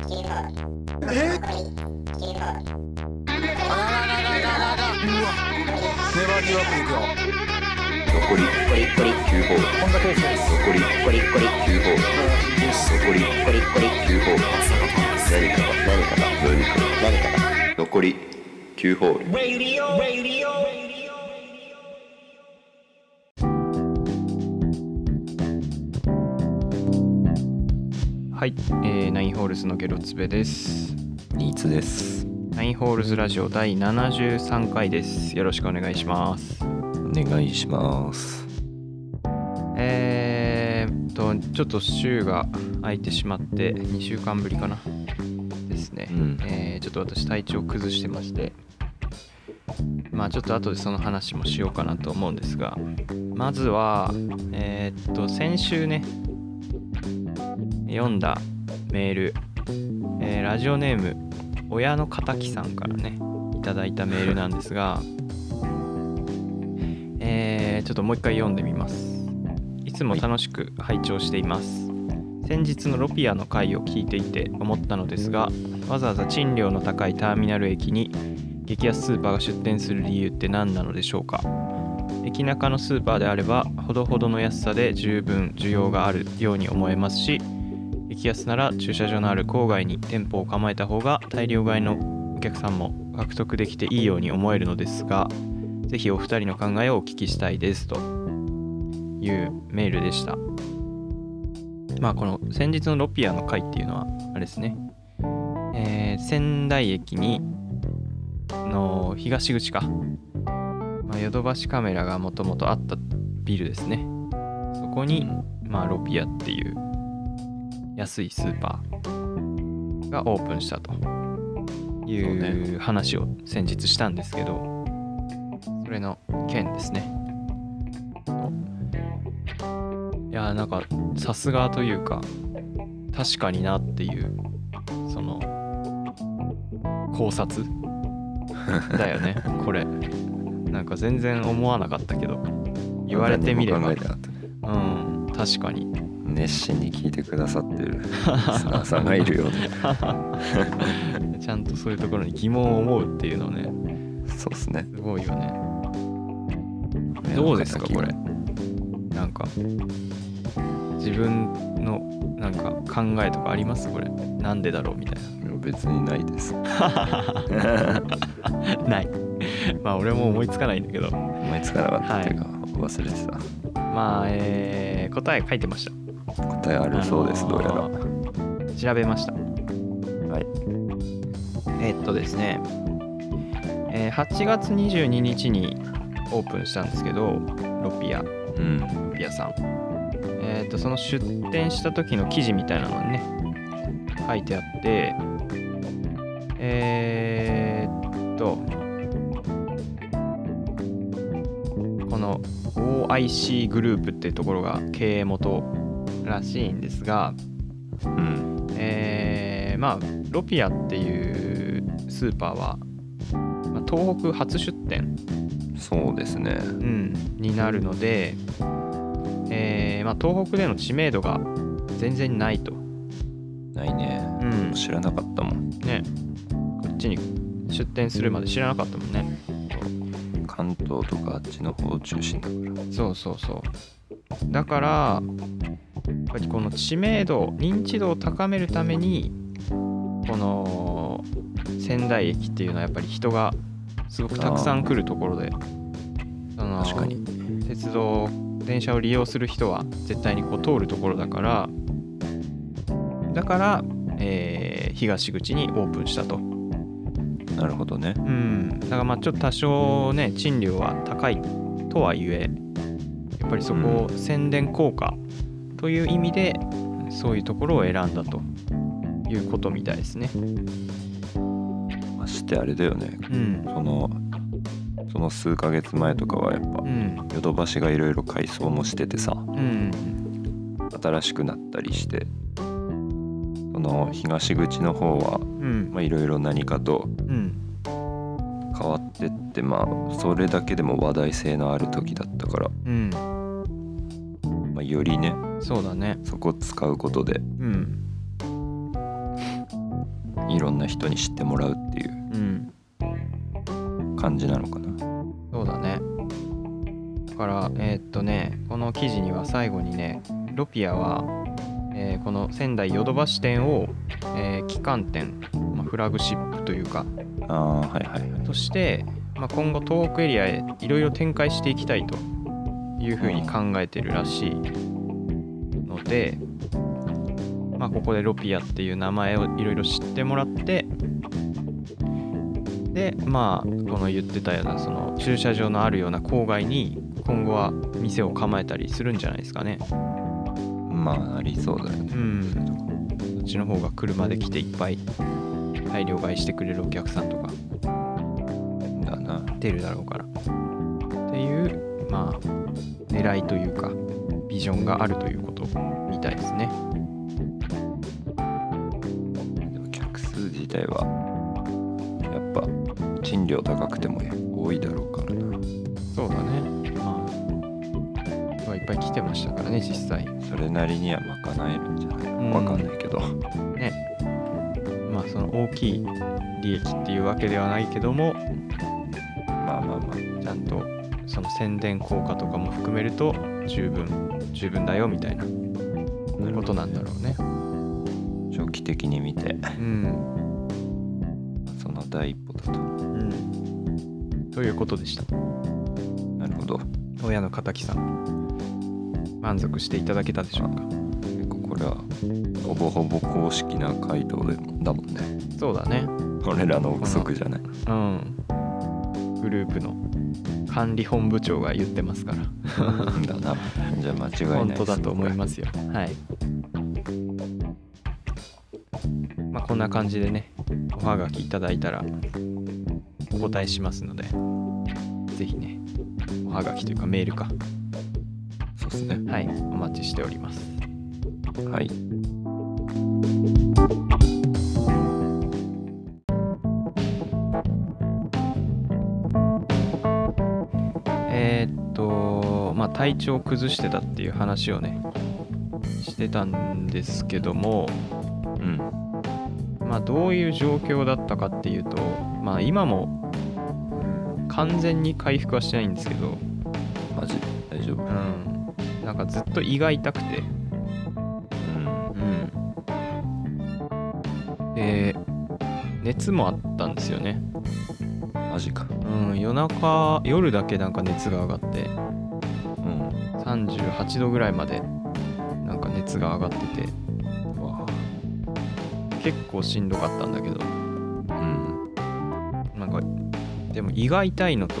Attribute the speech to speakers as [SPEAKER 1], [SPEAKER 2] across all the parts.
[SPEAKER 1] えあらららららららうわ粘りよくいくよ
[SPEAKER 2] 残り9ホール
[SPEAKER 1] こんだけですね
[SPEAKER 2] 残り9ホール残り9ホール何かが何かが何かが何かが残り9ホール
[SPEAKER 3] はい、えーナインホールズのゲロツベです。
[SPEAKER 4] ニーツです。
[SPEAKER 3] ナインホールズラジオ第73回です。よろしくお願いします。
[SPEAKER 4] お願いします。
[SPEAKER 3] えーっと、ちょっと週が空いてしまって、2週間ぶりかなですね。
[SPEAKER 4] うん
[SPEAKER 3] えーちょっと私体調崩してまして、まあちょっと後でその話もしようかなと思うんですが、まずは、えーっと、先週ね、読んだメール、えーラジオネーム親の敵さんからねいただいたメールなんですがえーちょっともう一回読んでみますいつも楽しく拝聴しています、先日のロピアの回を聞いていて思ったのですがわざわざ賃料の高いターミナル駅に激安スーパーが出店する理由って何なのでしょうか駅中のスーパーであればほどほどの安さで十分需要があるように思えますし激安なら駐車場のある郊外に店舗を構えた方が大量買いのお客さんも獲得できていいように思えるのですがぜひお二人の考えをお聞きしたいですというメールでしたまあこの先日のロピアの会っていうのはあれですね、えー仙台駅にの東口かまあヨドバシカメラがもともとあったビルですねそこに、まあ、ロピアっていう安いスーパーがオープンしたという話を先日したんですけどそれの件ですねいやーなんかさすがというか確かになっていうその考察だ よねこれなんか全然思わなかったけど言われてみれ
[SPEAKER 4] 何
[SPEAKER 3] ば
[SPEAKER 4] も考えてなかった
[SPEAKER 3] うん確かに
[SPEAKER 4] 熱心に聞いてくださってるリスナーさんがいるようで
[SPEAKER 3] ちゃんとそういうところに疑問を思うっていうのはね
[SPEAKER 4] そうですね
[SPEAKER 3] すごいよねどうですかこれなんか自分のなんか考えとかありますこれなんでだろうみたい
[SPEAKER 4] いや別にないです
[SPEAKER 3] な ないまあ俺も思いつかないんだけど
[SPEAKER 4] 思いつかなかったっていうか、忘れて
[SPEAKER 3] まあえー答え書いてました
[SPEAKER 4] た答えある そうです、
[SPEAKER 3] あ
[SPEAKER 4] どう
[SPEAKER 3] の
[SPEAKER 4] や
[SPEAKER 3] ー調べましたはいえーっとですね、えー8月22日にオープンしたんですけどロピア
[SPEAKER 4] らうん
[SPEAKER 3] ピアさん、えー、とその出店した時の記事みたいなのがね書いてあってえー、っとこの OIC グループっていうところが経営元らしいんですが、
[SPEAKER 4] うん
[SPEAKER 3] えーまあロピアっていうスーパーは、まあ東北初出店
[SPEAKER 4] そうですね
[SPEAKER 3] うん、になるので、えーまあ、東北での知名度が全然ないと、
[SPEAKER 4] ないね
[SPEAKER 3] うん
[SPEAKER 4] 知らなかったもん
[SPEAKER 3] ね、こっちに出店するまで知らなかったもんね
[SPEAKER 4] 関東とかあっちの方中心だか
[SPEAKER 3] そうそうそうだからやっぱりこの知名度認知度を高めるためにこの仙台駅っていうのはやっぱり人がすごくたくさん来るところでその
[SPEAKER 4] ら確かに
[SPEAKER 3] 鉄道電車を利用する人は絶対にこう通るところだからだから、えー東口にオープンしたと
[SPEAKER 4] なるほどね
[SPEAKER 3] うんだからまあちょっと多少ね賃料は高いとはいえやっぱりそこを宣伝効果という意味で、そういうところを選んだということみたいですね
[SPEAKER 4] ましてあれだよね
[SPEAKER 3] うん
[SPEAKER 4] そのその数ヶ月前とかはやっぱ
[SPEAKER 3] うん
[SPEAKER 4] ヨドバシがいろいろ改装もしててさ
[SPEAKER 3] うん
[SPEAKER 4] 新しくなったりしてその東口の方は
[SPEAKER 3] うん
[SPEAKER 4] まあいろいろ何かと
[SPEAKER 3] うん
[SPEAKER 4] 変わってってまあそれだけでも話題性のある時だったから、
[SPEAKER 3] うん
[SPEAKER 4] まあ、よりね
[SPEAKER 3] そうだね
[SPEAKER 4] そこ使うことで
[SPEAKER 3] うん
[SPEAKER 4] ろんな人に知ってもらうっていう
[SPEAKER 3] うん
[SPEAKER 4] 感じなのかな
[SPEAKER 3] そうだねだからえーっとねこの記事には最後にねロピアは、えーこの仙台ヨドバシ店を、えー旗艦店、まあ、フラグシップというか
[SPEAKER 4] あーはいはいはい
[SPEAKER 3] として、まあ、今後東北エリアへいろいろ展開していきたいというふうに考えてるらしいので、まあ、ここでロピアっていう名前をいろいろ知ってもらってでまあこの言ってたようなその駐車場のあるような郊外に今後は店を構えたりするんじゃないですかね。
[SPEAKER 4] まあありそうだよね
[SPEAKER 3] うん、そっちの方が車で来ていっぱい大量買いしてくれるお客さんとか
[SPEAKER 4] だな
[SPEAKER 3] 出るだろうからっていうまあ狙いというかビジョンがあるということみたいですね
[SPEAKER 4] でも客数自体はやっぱ賃料高くても多いだろうからな
[SPEAKER 3] そうだねまあ人はいっぱい来てましたからね実際
[SPEAKER 4] それなりには賄えるんじゃない
[SPEAKER 3] ん
[SPEAKER 4] わかんないけど、
[SPEAKER 3] ねまあその大きい利益っていうわけではないけども
[SPEAKER 4] まあまあまあ
[SPEAKER 3] ちゃんとその宣伝効果とかも含めると十分十分だよみたいなことなんだろうね
[SPEAKER 4] 長期的に見て
[SPEAKER 3] うん、
[SPEAKER 4] その第一歩だと
[SPEAKER 3] うん、ということでした
[SPEAKER 4] なるほど
[SPEAKER 3] 親の敵さん満足していただけたでしょうか
[SPEAKER 4] 結構これはほぼほぼ公式な回答でもだもんね
[SPEAKER 3] そうだね
[SPEAKER 4] 俺らの憶測じゃない
[SPEAKER 3] うんグループの管理本部長が言ってますから
[SPEAKER 4] だなじゃあ間違いない
[SPEAKER 3] 本当だと思い
[SPEAKER 4] す
[SPEAKER 3] ますよはいまあこんな感じでねおはがきいただいたらお答えしますのでぜひねおはがきというかメールか
[SPEAKER 4] そうですね
[SPEAKER 3] はいお待ちしております
[SPEAKER 4] はい
[SPEAKER 3] えーっと、まあ、体調を崩してたっていう話をね、してたんですけども、
[SPEAKER 4] うん
[SPEAKER 3] まあ、どういう状況だったかっていうと、まあ、今も完全に回復はしてないんですけど、
[SPEAKER 4] マジ大丈夫
[SPEAKER 3] うん、なんかずっと胃が痛くて、
[SPEAKER 4] うん
[SPEAKER 3] うん、で、熱もあったんですよね。
[SPEAKER 4] マジか
[SPEAKER 3] うん、夜中、夜だけなんか熱が上がって、
[SPEAKER 4] うん
[SPEAKER 3] 38度ぐらいまでなんか熱が上がってて結構しんどかったんだけど
[SPEAKER 4] うん
[SPEAKER 3] なんかでも胃が痛いのと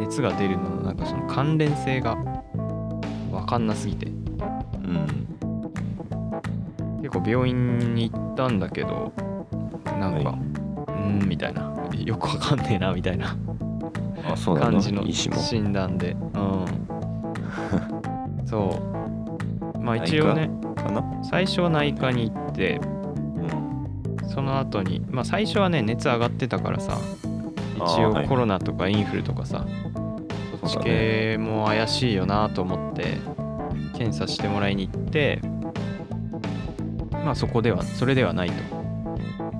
[SPEAKER 3] 熱が出るののなんかその関連性が分かんなすぎて
[SPEAKER 4] うん
[SPEAKER 3] 結構病院に行ったんだけどなんか、
[SPEAKER 4] はいう
[SPEAKER 3] ーんみたいなよく分かんねえなみたいな
[SPEAKER 4] あそうだ
[SPEAKER 3] 感
[SPEAKER 4] な
[SPEAKER 3] じの
[SPEAKER 4] 医師も
[SPEAKER 3] 診断で うんそうまあ一応ね
[SPEAKER 4] かな
[SPEAKER 3] 最初は内科に行って
[SPEAKER 4] うん
[SPEAKER 3] その後にまあ最初はね熱上がってたからさ
[SPEAKER 4] あ
[SPEAKER 3] 一
[SPEAKER 4] ーは
[SPEAKER 3] 応
[SPEAKER 4] い
[SPEAKER 3] コロナとかインフルとかさ
[SPEAKER 4] そうだ
[SPEAKER 3] 地
[SPEAKER 4] ね
[SPEAKER 3] 形も怪しいよなと思って検査してもらいに行ってまあそこではそれではないという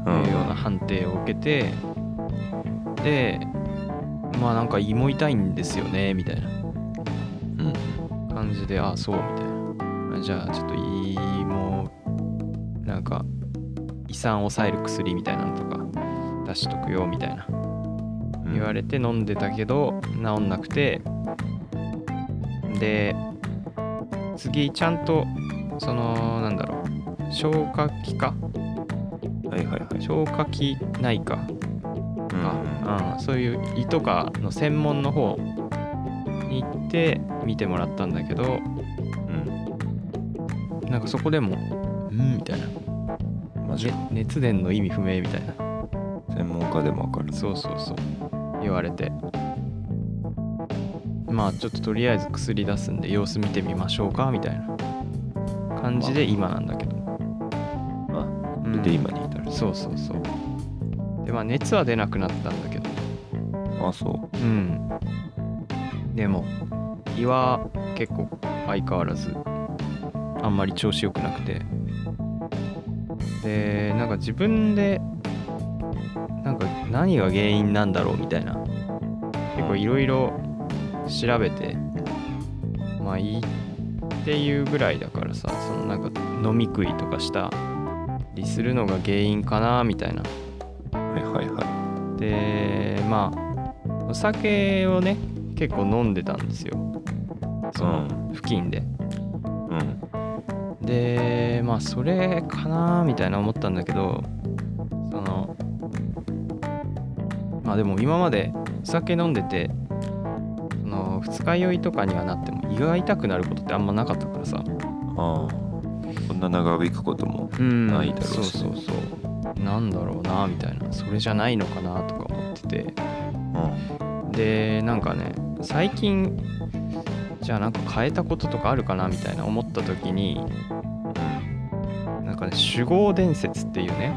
[SPEAKER 4] うん
[SPEAKER 3] ような判定を受けてでまあなんか胃も痛いんですよねみたいな
[SPEAKER 4] うん
[SPEAKER 3] 感じでああそうみたいなあじゃあちょっと胃もなんか胃酸を抑える薬みたいなのとか出しとくよみたいな
[SPEAKER 4] うん
[SPEAKER 3] 言われて飲んでたけど治んなくてで次ちゃんとそのなんだろう消化器か
[SPEAKER 4] はいはいはい
[SPEAKER 3] 消化器内科
[SPEAKER 4] うんうん
[SPEAKER 3] うん、そういう胃とかの専門の方に行って見てもらったんだけどなんかそこでも「うん」みたいな
[SPEAKER 4] うんマジ
[SPEAKER 3] ね熱伝の意味不明みたいな
[SPEAKER 4] 専門家でもわかる
[SPEAKER 3] そうそうそう言われてまあちょっととりあえず薬出すんで様子見てみましょうかみたいな感じで今なんだけど、
[SPEAKER 4] あ
[SPEAKER 3] う
[SPEAKER 4] そ
[SPEAKER 3] ん
[SPEAKER 4] れで今に至る
[SPEAKER 3] そうそうそうでまあ熱は出なくなったんだけど
[SPEAKER 4] あそ
[SPEAKER 3] うんでも胃は結構相変わらずあんまり調子良くなくてでなんか自分で何が原因なんだろうみたいな結構いろいろ調べてまあいいっていうぐらいだからさそのなんか飲み食いとかしたりするのが原因かなみたいな
[SPEAKER 4] はいはいは
[SPEAKER 3] でまあお酒をね結構飲んでたんですよその付近で、
[SPEAKER 4] いうん
[SPEAKER 3] でまあそれかなみたいな思ったんだけどそのまあでも今までお酒飲んでてその二日酔いとかにはなっても胃が痛くなることってあんまなかったからさ
[SPEAKER 4] ああそんな長引くことも
[SPEAKER 3] うん
[SPEAKER 4] ないだろうし
[SPEAKER 3] そうそうそうなんだろうなみたいなそれじゃないのかなとか思ってて
[SPEAKER 4] うんは
[SPEAKER 3] でなんかね最近じゃあなんか変えたこととかあるかなみたいな思った時になんかね酒豪伝説っていうね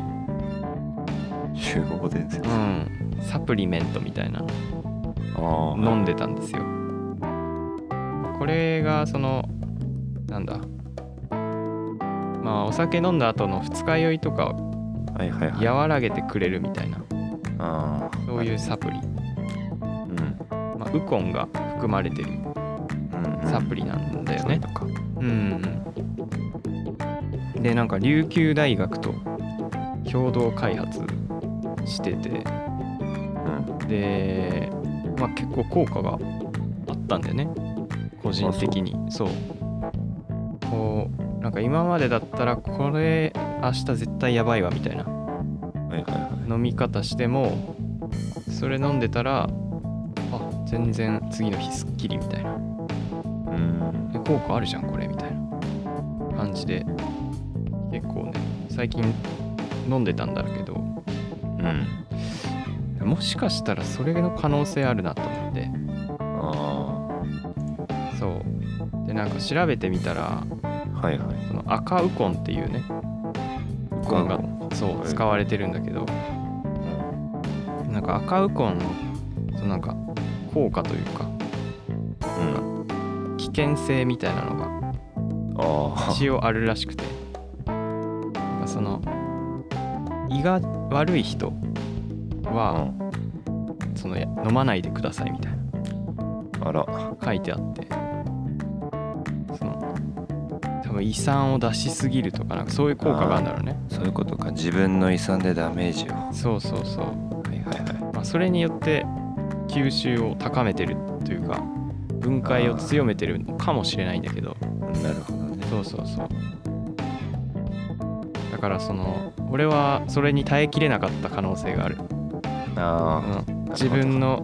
[SPEAKER 4] 集合伝説、
[SPEAKER 3] う
[SPEAKER 4] あ
[SPEAKER 3] ん、サプリメントみたいな
[SPEAKER 4] あ
[SPEAKER 3] の飲んでたんですよこれがそのなんだまあお酒飲んだ後の二日酔いとかを
[SPEAKER 4] はいはいはい
[SPEAKER 3] 和らげてくれるみたいな
[SPEAKER 4] ああ
[SPEAKER 3] そういうサプリ、
[SPEAKER 4] うん
[SPEAKER 3] まあ、ウコンが含まれてる
[SPEAKER 4] うんうん
[SPEAKER 3] サプリなんだよ
[SPEAKER 4] そういう
[SPEAKER 3] ね
[SPEAKER 4] のか
[SPEAKER 3] うんうんでなんか琉球大学と共同開発してて
[SPEAKER 4] うん
[SPEAKER 3] で、まあ、結構効果があったんでね個人的にそうこうなんか今までだったらこれ明日絶対やばいわみたいな
[SPEAKER 4] はいはいはい
[SPEAKER 3] 飲み方してもそれ飲んでたらあ全然次の日すっきりみたいな
[SPEAKER 4] うん
[SPEAKER 3] え効果あるじゃんこれみたいな感じで結構ね最近飲んでたんだけど
[SPEAKER 4] うん
[SPEAKER 3] もしかしたらそれの可能性あるなと思って
[SPEAKER 4] あ
[SPEAKER 3] そうでなんか調べてみたら
[SPEAKER 4] あはいはい
[SPEAKER 3] その赤ウコンっていうねウコンがそう使われてるんだけどなんか赤ウコンのそのなんか効果というか
[SPEAKER 4] うん
[SPEAKER 3] 危険性みたいなのが
[SPEAKER 4] あ
[SPEAKER 3] 一応あるらしくてなんかその胃が悪い人
[SPEAKER 4] あう
[SPEAKER 3] は
[SPEAKER 4] ん
[SPEAKER 3] そのや飲まないでくださいみたいな
[SPEAKER 4] あら
[SPEAKER 3] 書いてあってその多分胃酸を出しすぎるとかなんかそういう効果があるんだろうね
[SPEAKER 4] そういうことか自分の遺産でダメージをは
[SPEAKER 3] そうそうそう
[SPEAKER 4] いはいは
[SPEAKER 3] まあ、それによって吸収を高めてるというか分解を強めてるのかもしれないんだけど
[SPEAKER 4] いなるほどね
[SPEAKER 3] そうそうそうだからその俺はそれに耐えきれなかった可能性がある、う
[SPEAKER 4] あ
[SPEAKER 3] ん、
[SPEAKER 4] あ
[SPEAKER 3] 自分の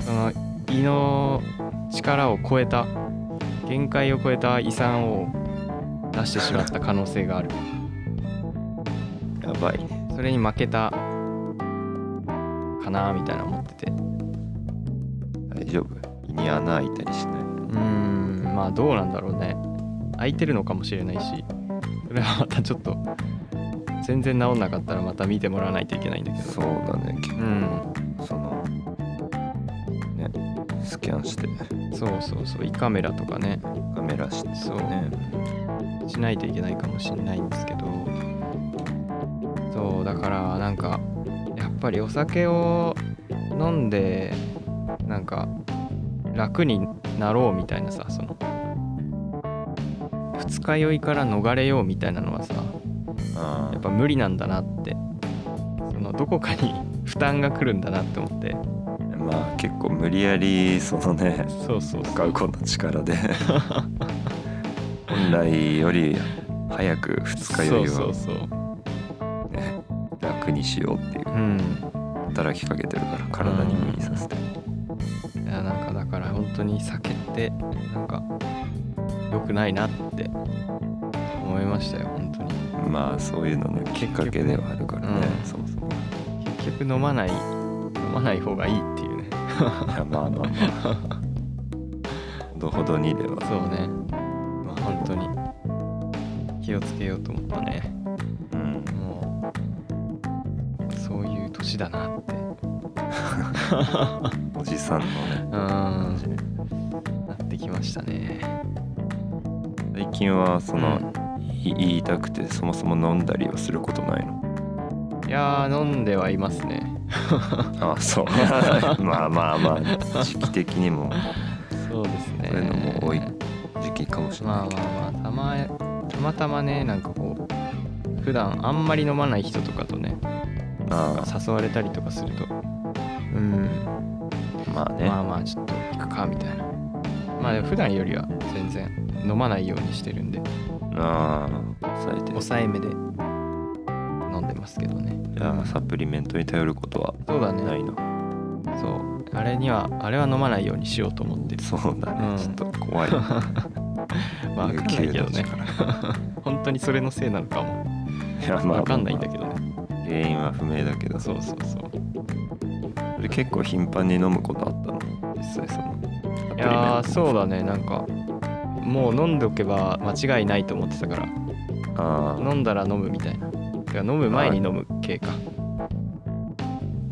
[SPEAKER 3] その胃の力を超えた限界を超えた胃酸を出してしまった可能性がある
[SPEAKER 4] やばいね
[SPEAKER 3] それに負けたかなみたいな思ってて
[SPEAKER 4] 大丈夫胃に穴開いたりしないう
[SPEAKER 3] ーんまあどうなんだろうね空いてるのかもしれないしそれはまたちょっと全然治んなかったらまた見てもらわないといけないんだけど
[SPEAKER 4] そうだね結
[SPEAKER 3] うん
[SPEAKER 4] 構そのねスキャンして
[SPEAKER 3] そうそうそう胃カメラとかね
[SPEAKER 4] カメラして
[SPEAKER 3] そう
[SPEAKER 4] ね
[SPEAKER 3] しないといけないかもしれないんですけどそうだからなんかやっぱりお酒を飲んでなんか楽になろうみたいなさその二日酔いから逃れようみたいなのはさ
[SPEAKER 4] あ
[SPEAKER 3] や
[SPEAKER 4] あ
[SPEAKER 3] っぱ無理なんだなってそのどこかに 負担が来るんだなって思って
[SPEAKER 4] まあ結構無理やりそのね
[SPEAKER 3] そうそう
[SPEAKER 4] 使うこの力で 本来より早く二日酔い
[SPEAKER 3] そ
[SPEAKER 4] を
[SPEAKER 3] うそうそう
[SPEAKER 4] ね楽にしようっていう
[SPEAKER 3] うん
[SPEAKER 4] 働きかけてるから体に無理させて
[SPEAKER 3] いやなんかだから本当に酒ってなんか良くないなって思いましたよ本当に
[SPEAKER 4] まあそういうののきっかけではあるからね
[SPEAKER 3] うん
[SPEAKER 4] そもそも
[SPEAKER 3] 結局飲まない飲まない方がいいっていうね
[SPEAKER 4] いやまあまあまあ ほどほどにでは
[SPEAKER 3] そうね
[SPEAKER 4] ま
[SPEAKER 3] 本当に気をつけようと思ったね
[SPEAKER 4] うん
[SPEAKER 3] もうそういう年だなって
[SPEAKER 4] おじさんのね
[SPEAKER 3] うんなってきましたね
[SPEAKER 4] 最近はその、
[SPEAKER 3] うん
[SPEAKER 4] い言いたくてそもそも飲んだりはすることないの
[SPEAKER 3] いやー飲んではいますね
[SPEAKER 4] あそう まあまあまあ時期的にも
[SPEAKER 3] そうですね
[SPEAKER 4] そういうのも多い時期かもしれ
[SPEAKER 3] ま
[SPEAKER 4] な
[SPEAKER 3] あ
[SPEAKER 4] いけど、
[SPEAKER 3] まあまあたまたまたまねなんかこう普段あんまり飲まない人とかとね
[SPEAKER 4] まあ、
[SPEAKER 3] 誘われたりとかするとうん
[SPEAKER 4] まあね、
[SPEAKER 3] まあまあちょっと行くかみたいなまあでも普段よりは全然飲まないようにしてるんで
[SPEAKER 4] ああ抑えて
[SPEAKER 3] 抑えめで飲んでますけどね
[SPEAKER 4] いやまあサプリメントに頼ることは
[SPEAKER 3] そうだね
[SPEAKER 4] ないの
[SPEAKER 3] そうあれにはあれは飲まないようにしようと思ってる
[SPEAKER 4] そうだね、
[SPEAKER 3] うん
[SPEAKER 4] ちょっと 怖い
[SPEAKER 3] まあ分かんないけど
[SPEAKER 4] 有給
[SPEAKER 3] ね
[SPEAKER 4] だから
[SPEAKER 3] 本当にそれのせいなのかも
[SPEAKER 4] いやまあ
[SPEAKER 3] 分かんないんだけどね
[SPEAKER 4] 原因は不明だけど
[SPEAKER 3] そうそうそう
[SPEAKER 4] それ結構頻繁に飲むことあったの実際その
[SPEAKER 3] いやーそうだねなんかもう飲んでおけば間違いないと思ってたから
[SPEAKER 4] あ
[SPEAKER 3] 飲んだら飲むみたいなてか飲む前に飲む系か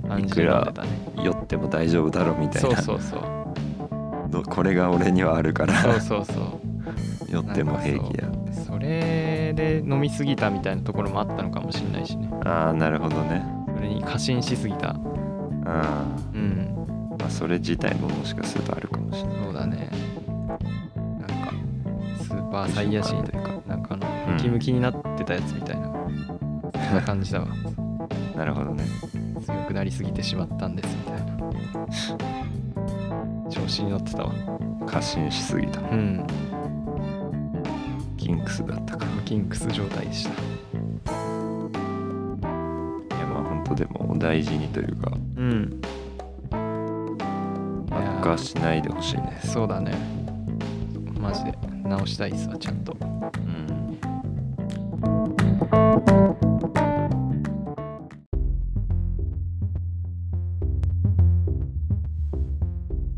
[SPEAKER 3] 感じで飲んでたね
[SPEAKER 4] あ酔っても大丈夫だろみたい
[SPEAKER 3] そう
[SPEAKER 4] な
[SPEAKER 3] そうそう
[SPEAKER 4] ど これが俺にはあるか
[SPEAKER 3] そう
[SPEAKER 4] ら
[SPEAKER 3] そうそ
[SPEAKER 4] 酔っても平気だって
[SPEAKER 3] うそれで飲みすぎたみたいなところもあったのかもしれないしね
[SPEAKER 4] ああなるほどね
[SPEAKER 3] それに過信しすぎた
[SPEAKER 4] あ
[SPEAKER 3] うん
[SPEAKER 4] ー、まあそれ自体ももしかするとあるかもしれない
[SPEAKER 3] そうだねなんかスーパーサイヤ人というかなんかあのムキムキになってたやつみたいな、そんな感じだわ
[SPEAKER 4] なるほどね
[SPEAKER 3] 強くなりすぎてしまったんですみたいな調子に乗ってたわ
[SPEAKER 4] 過信しすぎた
[SPEAKER 3] うん
[SPEAKER 4] キンクスだったか
[SPEAKER 3] キンクス状態でした
[SPEAKER 4] いやまあ本当でもお大事にというか
[SPEAKER 3] うんいやー
[SPEAKER 4] 悪化しないでほしいね
[SPEAKER 3] そうだねマジで直したいっすわちゃんと
[SPEAKER 4] うん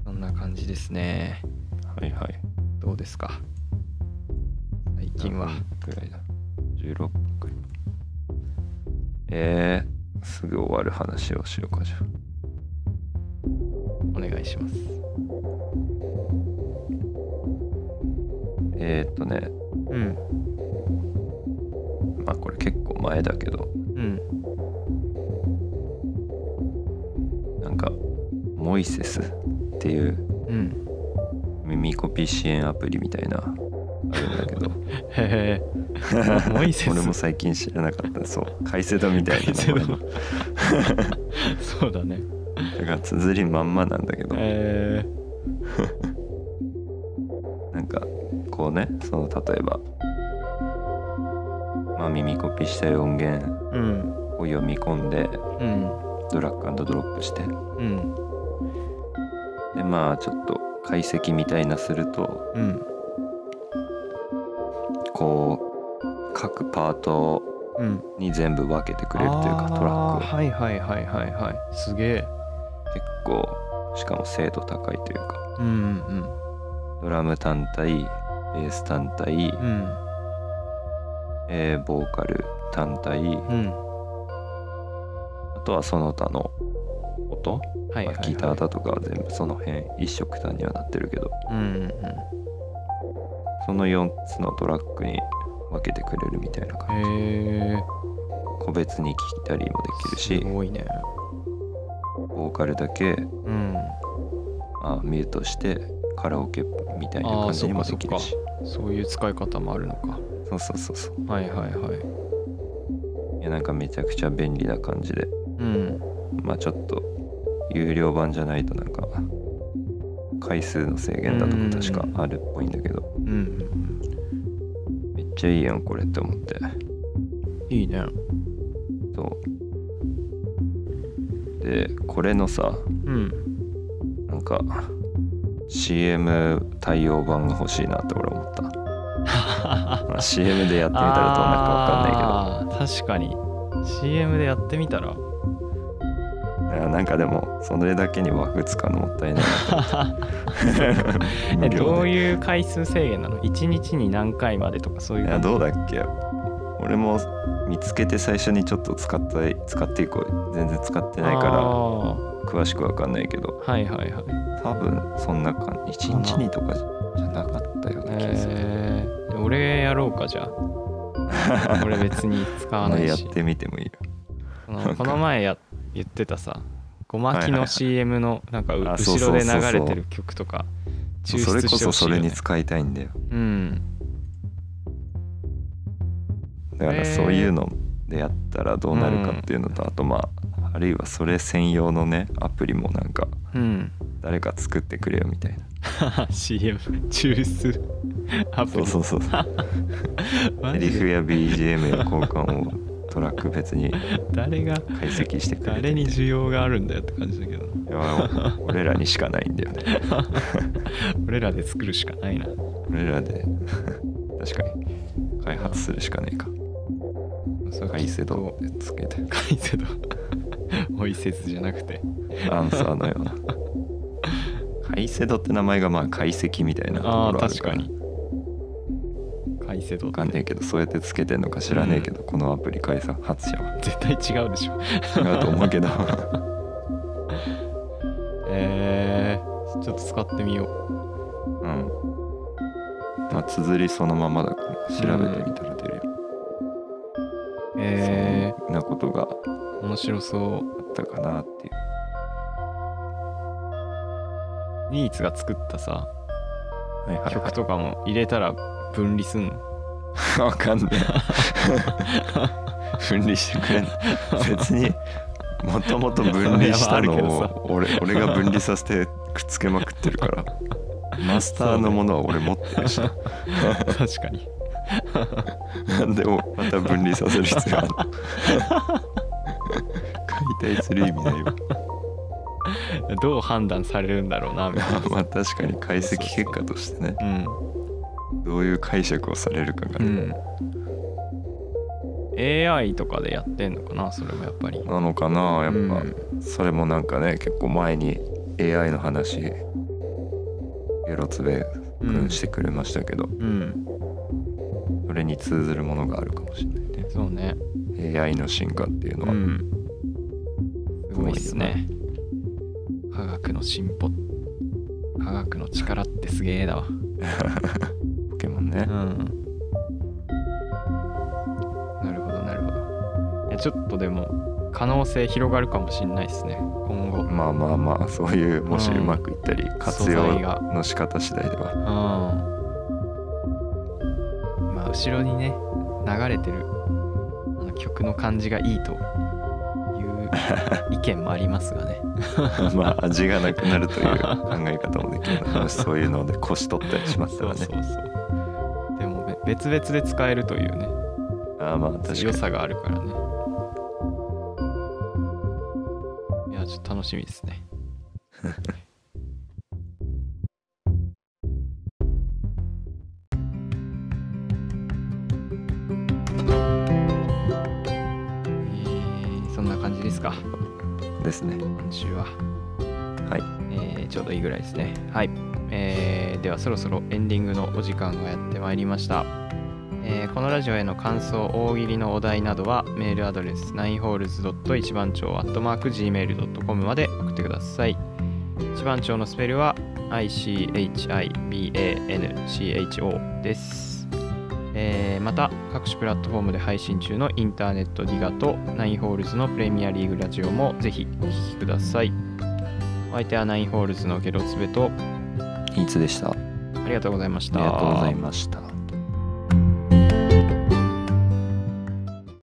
[SPEAKER 3] そんな感じですね
[SPEAKER 4] はいはい
[SPEAKER 3] どうですか最近は
[SPEAKER 4] ぐらいだ16分くらいえー、すぐ終わる話をしようかじゃあ
[SPEAKER 3] お願いします
[SPEAKER 4] えー、っとね
[SPEAKER 3] うん
[SPEAKER 4] まあこれ結構前だけど
[SPEAKER 3] うん
[SPEAKER 4] なんかモイセスっていう
[SPEAKER 3] うん
[SPEAKER 4] 耳コピ支援アプリみたいなあるんだけど
[SPEAKER 3] へえモイセス
[SPEAKER 4] 俺も最近知らなかったそうカイセドみたいな名前の
[SPEAKER 3] そうだね
[SPEAKER 4] だから綴りまんまなんだけど
[SPEAKER 3] えー
[SPEAKER 4] なんかこうねその例えばまあ耳コピしたい音源
[SPEAKER 3] うん
[SPEAKER 4] を読み込んで
[SPEAKER 3] うん
[SPEAKER 4] ドラッグドロップして
[SPEAKER 3] うん
[SPEAKER 4] でまあちょっと解析みたいなすると
[SPEAKER 3] うん
[SPEAKER 4] こう各パート
[SPEAKER 3] うん
[SPEAKER 4] に全部分けてくれるというかトラックを
[SPEAKER 3] あーはいはいはいはいはいすげえ
[SPEAKER 4] 結構しかも精度高いというか
[SPEAKER 3] うんうん
[SPEAKER 4] ドラム単体ベース単体、
[SPEAKER 3] うん
[SPEAKER 4] えーボーカル単体、
[SPEAKER 3] うんうん
[SPEAKER 4] あとはその他の音、
[SPEAKER 3] はいはい、
[SPEAKER 4] ま
[SPEAKER 3] は
[SPEAKER 4] あ
[SPEAKER 3] い、
[SPEAKER 4] ギターだとかは全部その辺一色単にはなってるけど
[SPEAKER 3] うんうん
[SPEAKER 4] その4つのトラックに分けてくれるみたいな
[SPEAKER 3] うん
[SPEAKER 4] 感じ
[SPEAKER 3] へえ
[SPEAKER 4] 個別に聴いたりもできる
[SPEAKER 3] す
[SPEAKER 4] し
[SPEAKER 3] ごいね
[SPEAKER 4] ボーカルだけ、
[SPEAKER 3] うん
[SPEAKER 4] まあ、ミュートしてカラオケみたいな
[SPEAKER 3] あー
[SPEAKER 4] 感じにも
[SPEAKER 3] そ
[SPEAKER 4] で
[SPEAKER 3] っか
[SPEAKER 4] きるし
[SPEAKER 3] そういう使い方もあるのか
[SPEAKER 4] そうそうそうそう
[SPEAKER 3] はいはいはい
[SPEAKER 4] いやなんかめちゃくちゃ便利な感じで
[SPEAKER 3] うん
[SPEAKER 4] まあちょっと有料版じゃないとなんか回数の制限だとか確かあるっぽいんだけど
[SPEAKER 3] うん
[SPEAKER 4] めっちゃいいやんこれって思って
[SPEAKER 3] いいね
[SPEAKER 4] そうでこれのさ
[SPEAKER 3] うん
[SPEAKER 4] なんか CM 対応版が欲しいなって俺思った、まあ CM でやってみたらどうなるかわかん ないけど
[SPEAKER 3] ないけど確かに CM でやってみたら
[SPEAKER 4] いやなんかでもそれだけに枠使うのもったいないな
[SPEAKER 3] え
[SPEAKER 4] 無料で
[SPEAKER 3] どういう回数制限なの1日に何回までとかそうい
[SPEAKER 4] い
[SPEAKER 3] う
[SPEAKER 4] や
[SPEAKER 3] 感じ
[SPEAKER 4] どうだっけ俺も見つけて最初にちょっと使ったい使っていこう全然使ってないか
[SPEAKER 3] あ
[SPEAKER 4] ら
[SPEAKER 3] ー
[SPEAKER 4] 詳しくわかんないけど
[SPEAKER 3] はいはいはい
[SPEAKER 4] 多分そんな感じ1日にとかじゃなかったような気がする、
[SPEAKER 3] えー、俺やろうかじゃあ俺別に使わ
[SPEAKER 4] ま
[SPEAKER 3] な
[SPEAKER 4] あ
[SPEAKER 3] い
[SPEAKER 4] やっ
[SPEAKER 3] して
[SPEAKER 4] みてもいいよ
[SPEAKER 3] この
[SPEAKER 4] なんか
[SPEAKER 3] この前や言ってたさごまき
[SPEAKER 4] はいはいは
[SPEAKER 3] の
[SPEAKER 4] い
[SPEAKER 3] CM のなんかう
[SPEAKER 4] あそう
[SPEAKER 3] 後
[SPEAKER 4] そう
[SPEAKER 3] ろ
[SPEAKER 4] そう
[SPEAKER 3] で
[SPEAKER 4] そう
[SPEAKER 3] 流れてる曲とか抽
[SPEAKER 4] それこ
[SPEAKER 3] 出して
[SPEAKER 4] そ
[SPEAKER 3] ほし
[SPEAKER 4] そ
[SPEAKER 3] いよ
[SPEAKER 4] れ
[SPEAKER 3] ね
[SPEAKER 4] に使いたいんだよ
[SPEAKER 3] うん
[SPEAKER 4] だからそういうのでやったらどうなるかっていうのと、あとまああるいはそれ専用のねアプリもなんか
[SPEAKER 3] うん
[SPEAKER 4] 誰か作ってくれよみたいな
[SPEAKER 3] CM 抽出アプ
[SPEAKER 4] そ
[SPEAKER 3] リ
[SPEAKER 4] うそうそう
[SPEAKER 3] マ
[SPEAKER 4] セリ
[SPEAKER 3] ジ
[SPEAKER 4] フ
[SPEAKER 3] で
[SPEAKER 4] や BGM や交換をトラック別に
[SPEAKER 3] 誰が
[SPEAKER 4] 解析してくれ
[SPEAKER 3] 誰
[SPEAKER 4] る
[SPEAKER 3] に需要があるんだよって感じだけど
[SPEAKER 4] いや俺らにしかないんだよね
[SPEAKER 3] 俺らで作るしかないな
[SPEAKER 4] 俺らで 確かに開発するしかねえか
[SPEAKER 3] そう
[SPEAKER 4] 改正度ってつけて
[SPEAKER 3] 解説度 おい説じゃなくて
[SPEAKER 4] アンサーのよ うな解析度って名前がまあ解析みたいなと
[SPEAKER 3] あ
[SPEAKER 4] こ
[SPEAKER 3] あ
[SPEAKER 4] ろある
[SPEAKER 3] 確
[SPEAKER 4] か
[SPEAKER 3] からに解説度
[SPEAKER 4] わかんねえけどそうやってつけてんのか知らねえけど、このアプリ開発者は
[SPEAKER 3] 絶対違うでしょ
[SPEAKER 4] 違うと思うけ ど
[SPEAKER 3] えー、ちょっと使ってみよう
[SPEAKER 4] うんまあ綴りそのままだから調べてみたら出るよ、
[SPEAKER 3] え
[SPEAKER 4] そんなことがあ
[SPEAKER 3] ー、面白そう
[SPEAKER 4] ったかなっていう
[SPEAKER 3] ニーツが作ったさ
[SPEAKER 4] はいはい
[SPEAKER 3] 曲とかも入れたら分離すんの
[SPEAKER 4] わかんない分離してくれん別にもともと分離したの
[SPEAKER 3] いやまああるけ
[SPEAKER 4] を俺俺が分離させてくっつけまくってるからマスターのものは俺持ってるしな
[SPEAKER 3] 確かに
[SPEAKER 4] なんでもまた分離させる必要ある解体する意味ないわ
[SPEAKER 3] どう判断されるんだろうなみた いな
[SPEAKER 4] まあ確かに解析結果としてね
[SPEAKER 3] うん
[SPEAKER 4] どういう解釈をされるかが、
[SPEAKER 3] うん、AI とかでやってんのかなそれもやっぱり
[SPEAKER 4] なのかなやっぱ、
[SPEAKER 3] うん
[SPEAKER 4] それもなんかね結構前に AI の話ゲロツベ君してくれましたけど、
[SPEAKER 3] うん
[SPEAKER 4] それに通ずるものがあるかもしれない
[SPEAKER 3] そうね
[SPEAKER 4] ね AI の進化っていうの
[SPEAKER 3] う
[SPEAKER 4] は、
[SPEAKER 3] んすごいっす
[SPEAKER 4] すご
[SPEAKER 3] ね科学の進歩科学の力ってすげえだわ
[SPEAKER 4] ポケモンね、
[SPEAKER 3] んなるほどなるほどいやちょっとでも可能性広がるかもしんないっすね今後
[SPEAKER 4] まあまあまあそういうもし
[SPEAKER 3] うん
[SPEAKER 4] うまくいったり、活
[SPEAKER 3] 素
[SPEAKER 4] 用
[SPEAKER 3] 材が
[SPEAKER 4] の仕方次第では
[SPEAKER 3] うんまあ後ろにね流れてるあの曲の感じがいいという 意見もありますがね
[SPEAKER 4] まあ味がなくなるという考え方もできる なもしそういうので腰取ったりしましたらね
[SPEAKER 3] そうそうでもべ別々で使えるというね
[SPEAKER 4] ああまあ確かに
[SPEAKER 3] 良さがあるからねいやちょっと楽しみですね えーそんな感じですか
[SPEAKER 4] ですね
[SPEAKER 3] 今週は
[SPEAKER 4] はい
[SPEAKER 3] えーちょうどいいぐらいですね。はい、えーではそろそろエンディングのお時間がやってまいりました。えーこのラジオへの感想、大喜利のお題などはメールアドレス 9holes. 一番町 .gmail.com まで送ってください。一番町のスペルは ICHIBANCHO です。えーまた各種プラットフォームで配信中のインターネットディガと9ホールズのプレミアリーグラジオもぜひお聴きください。お相手はナインホールズのゲロツベと
[SPEAKER 4] いつでしたあ
[SPEAKER 3] ありがとうございました。
[SPEAKER 4] りがとうございました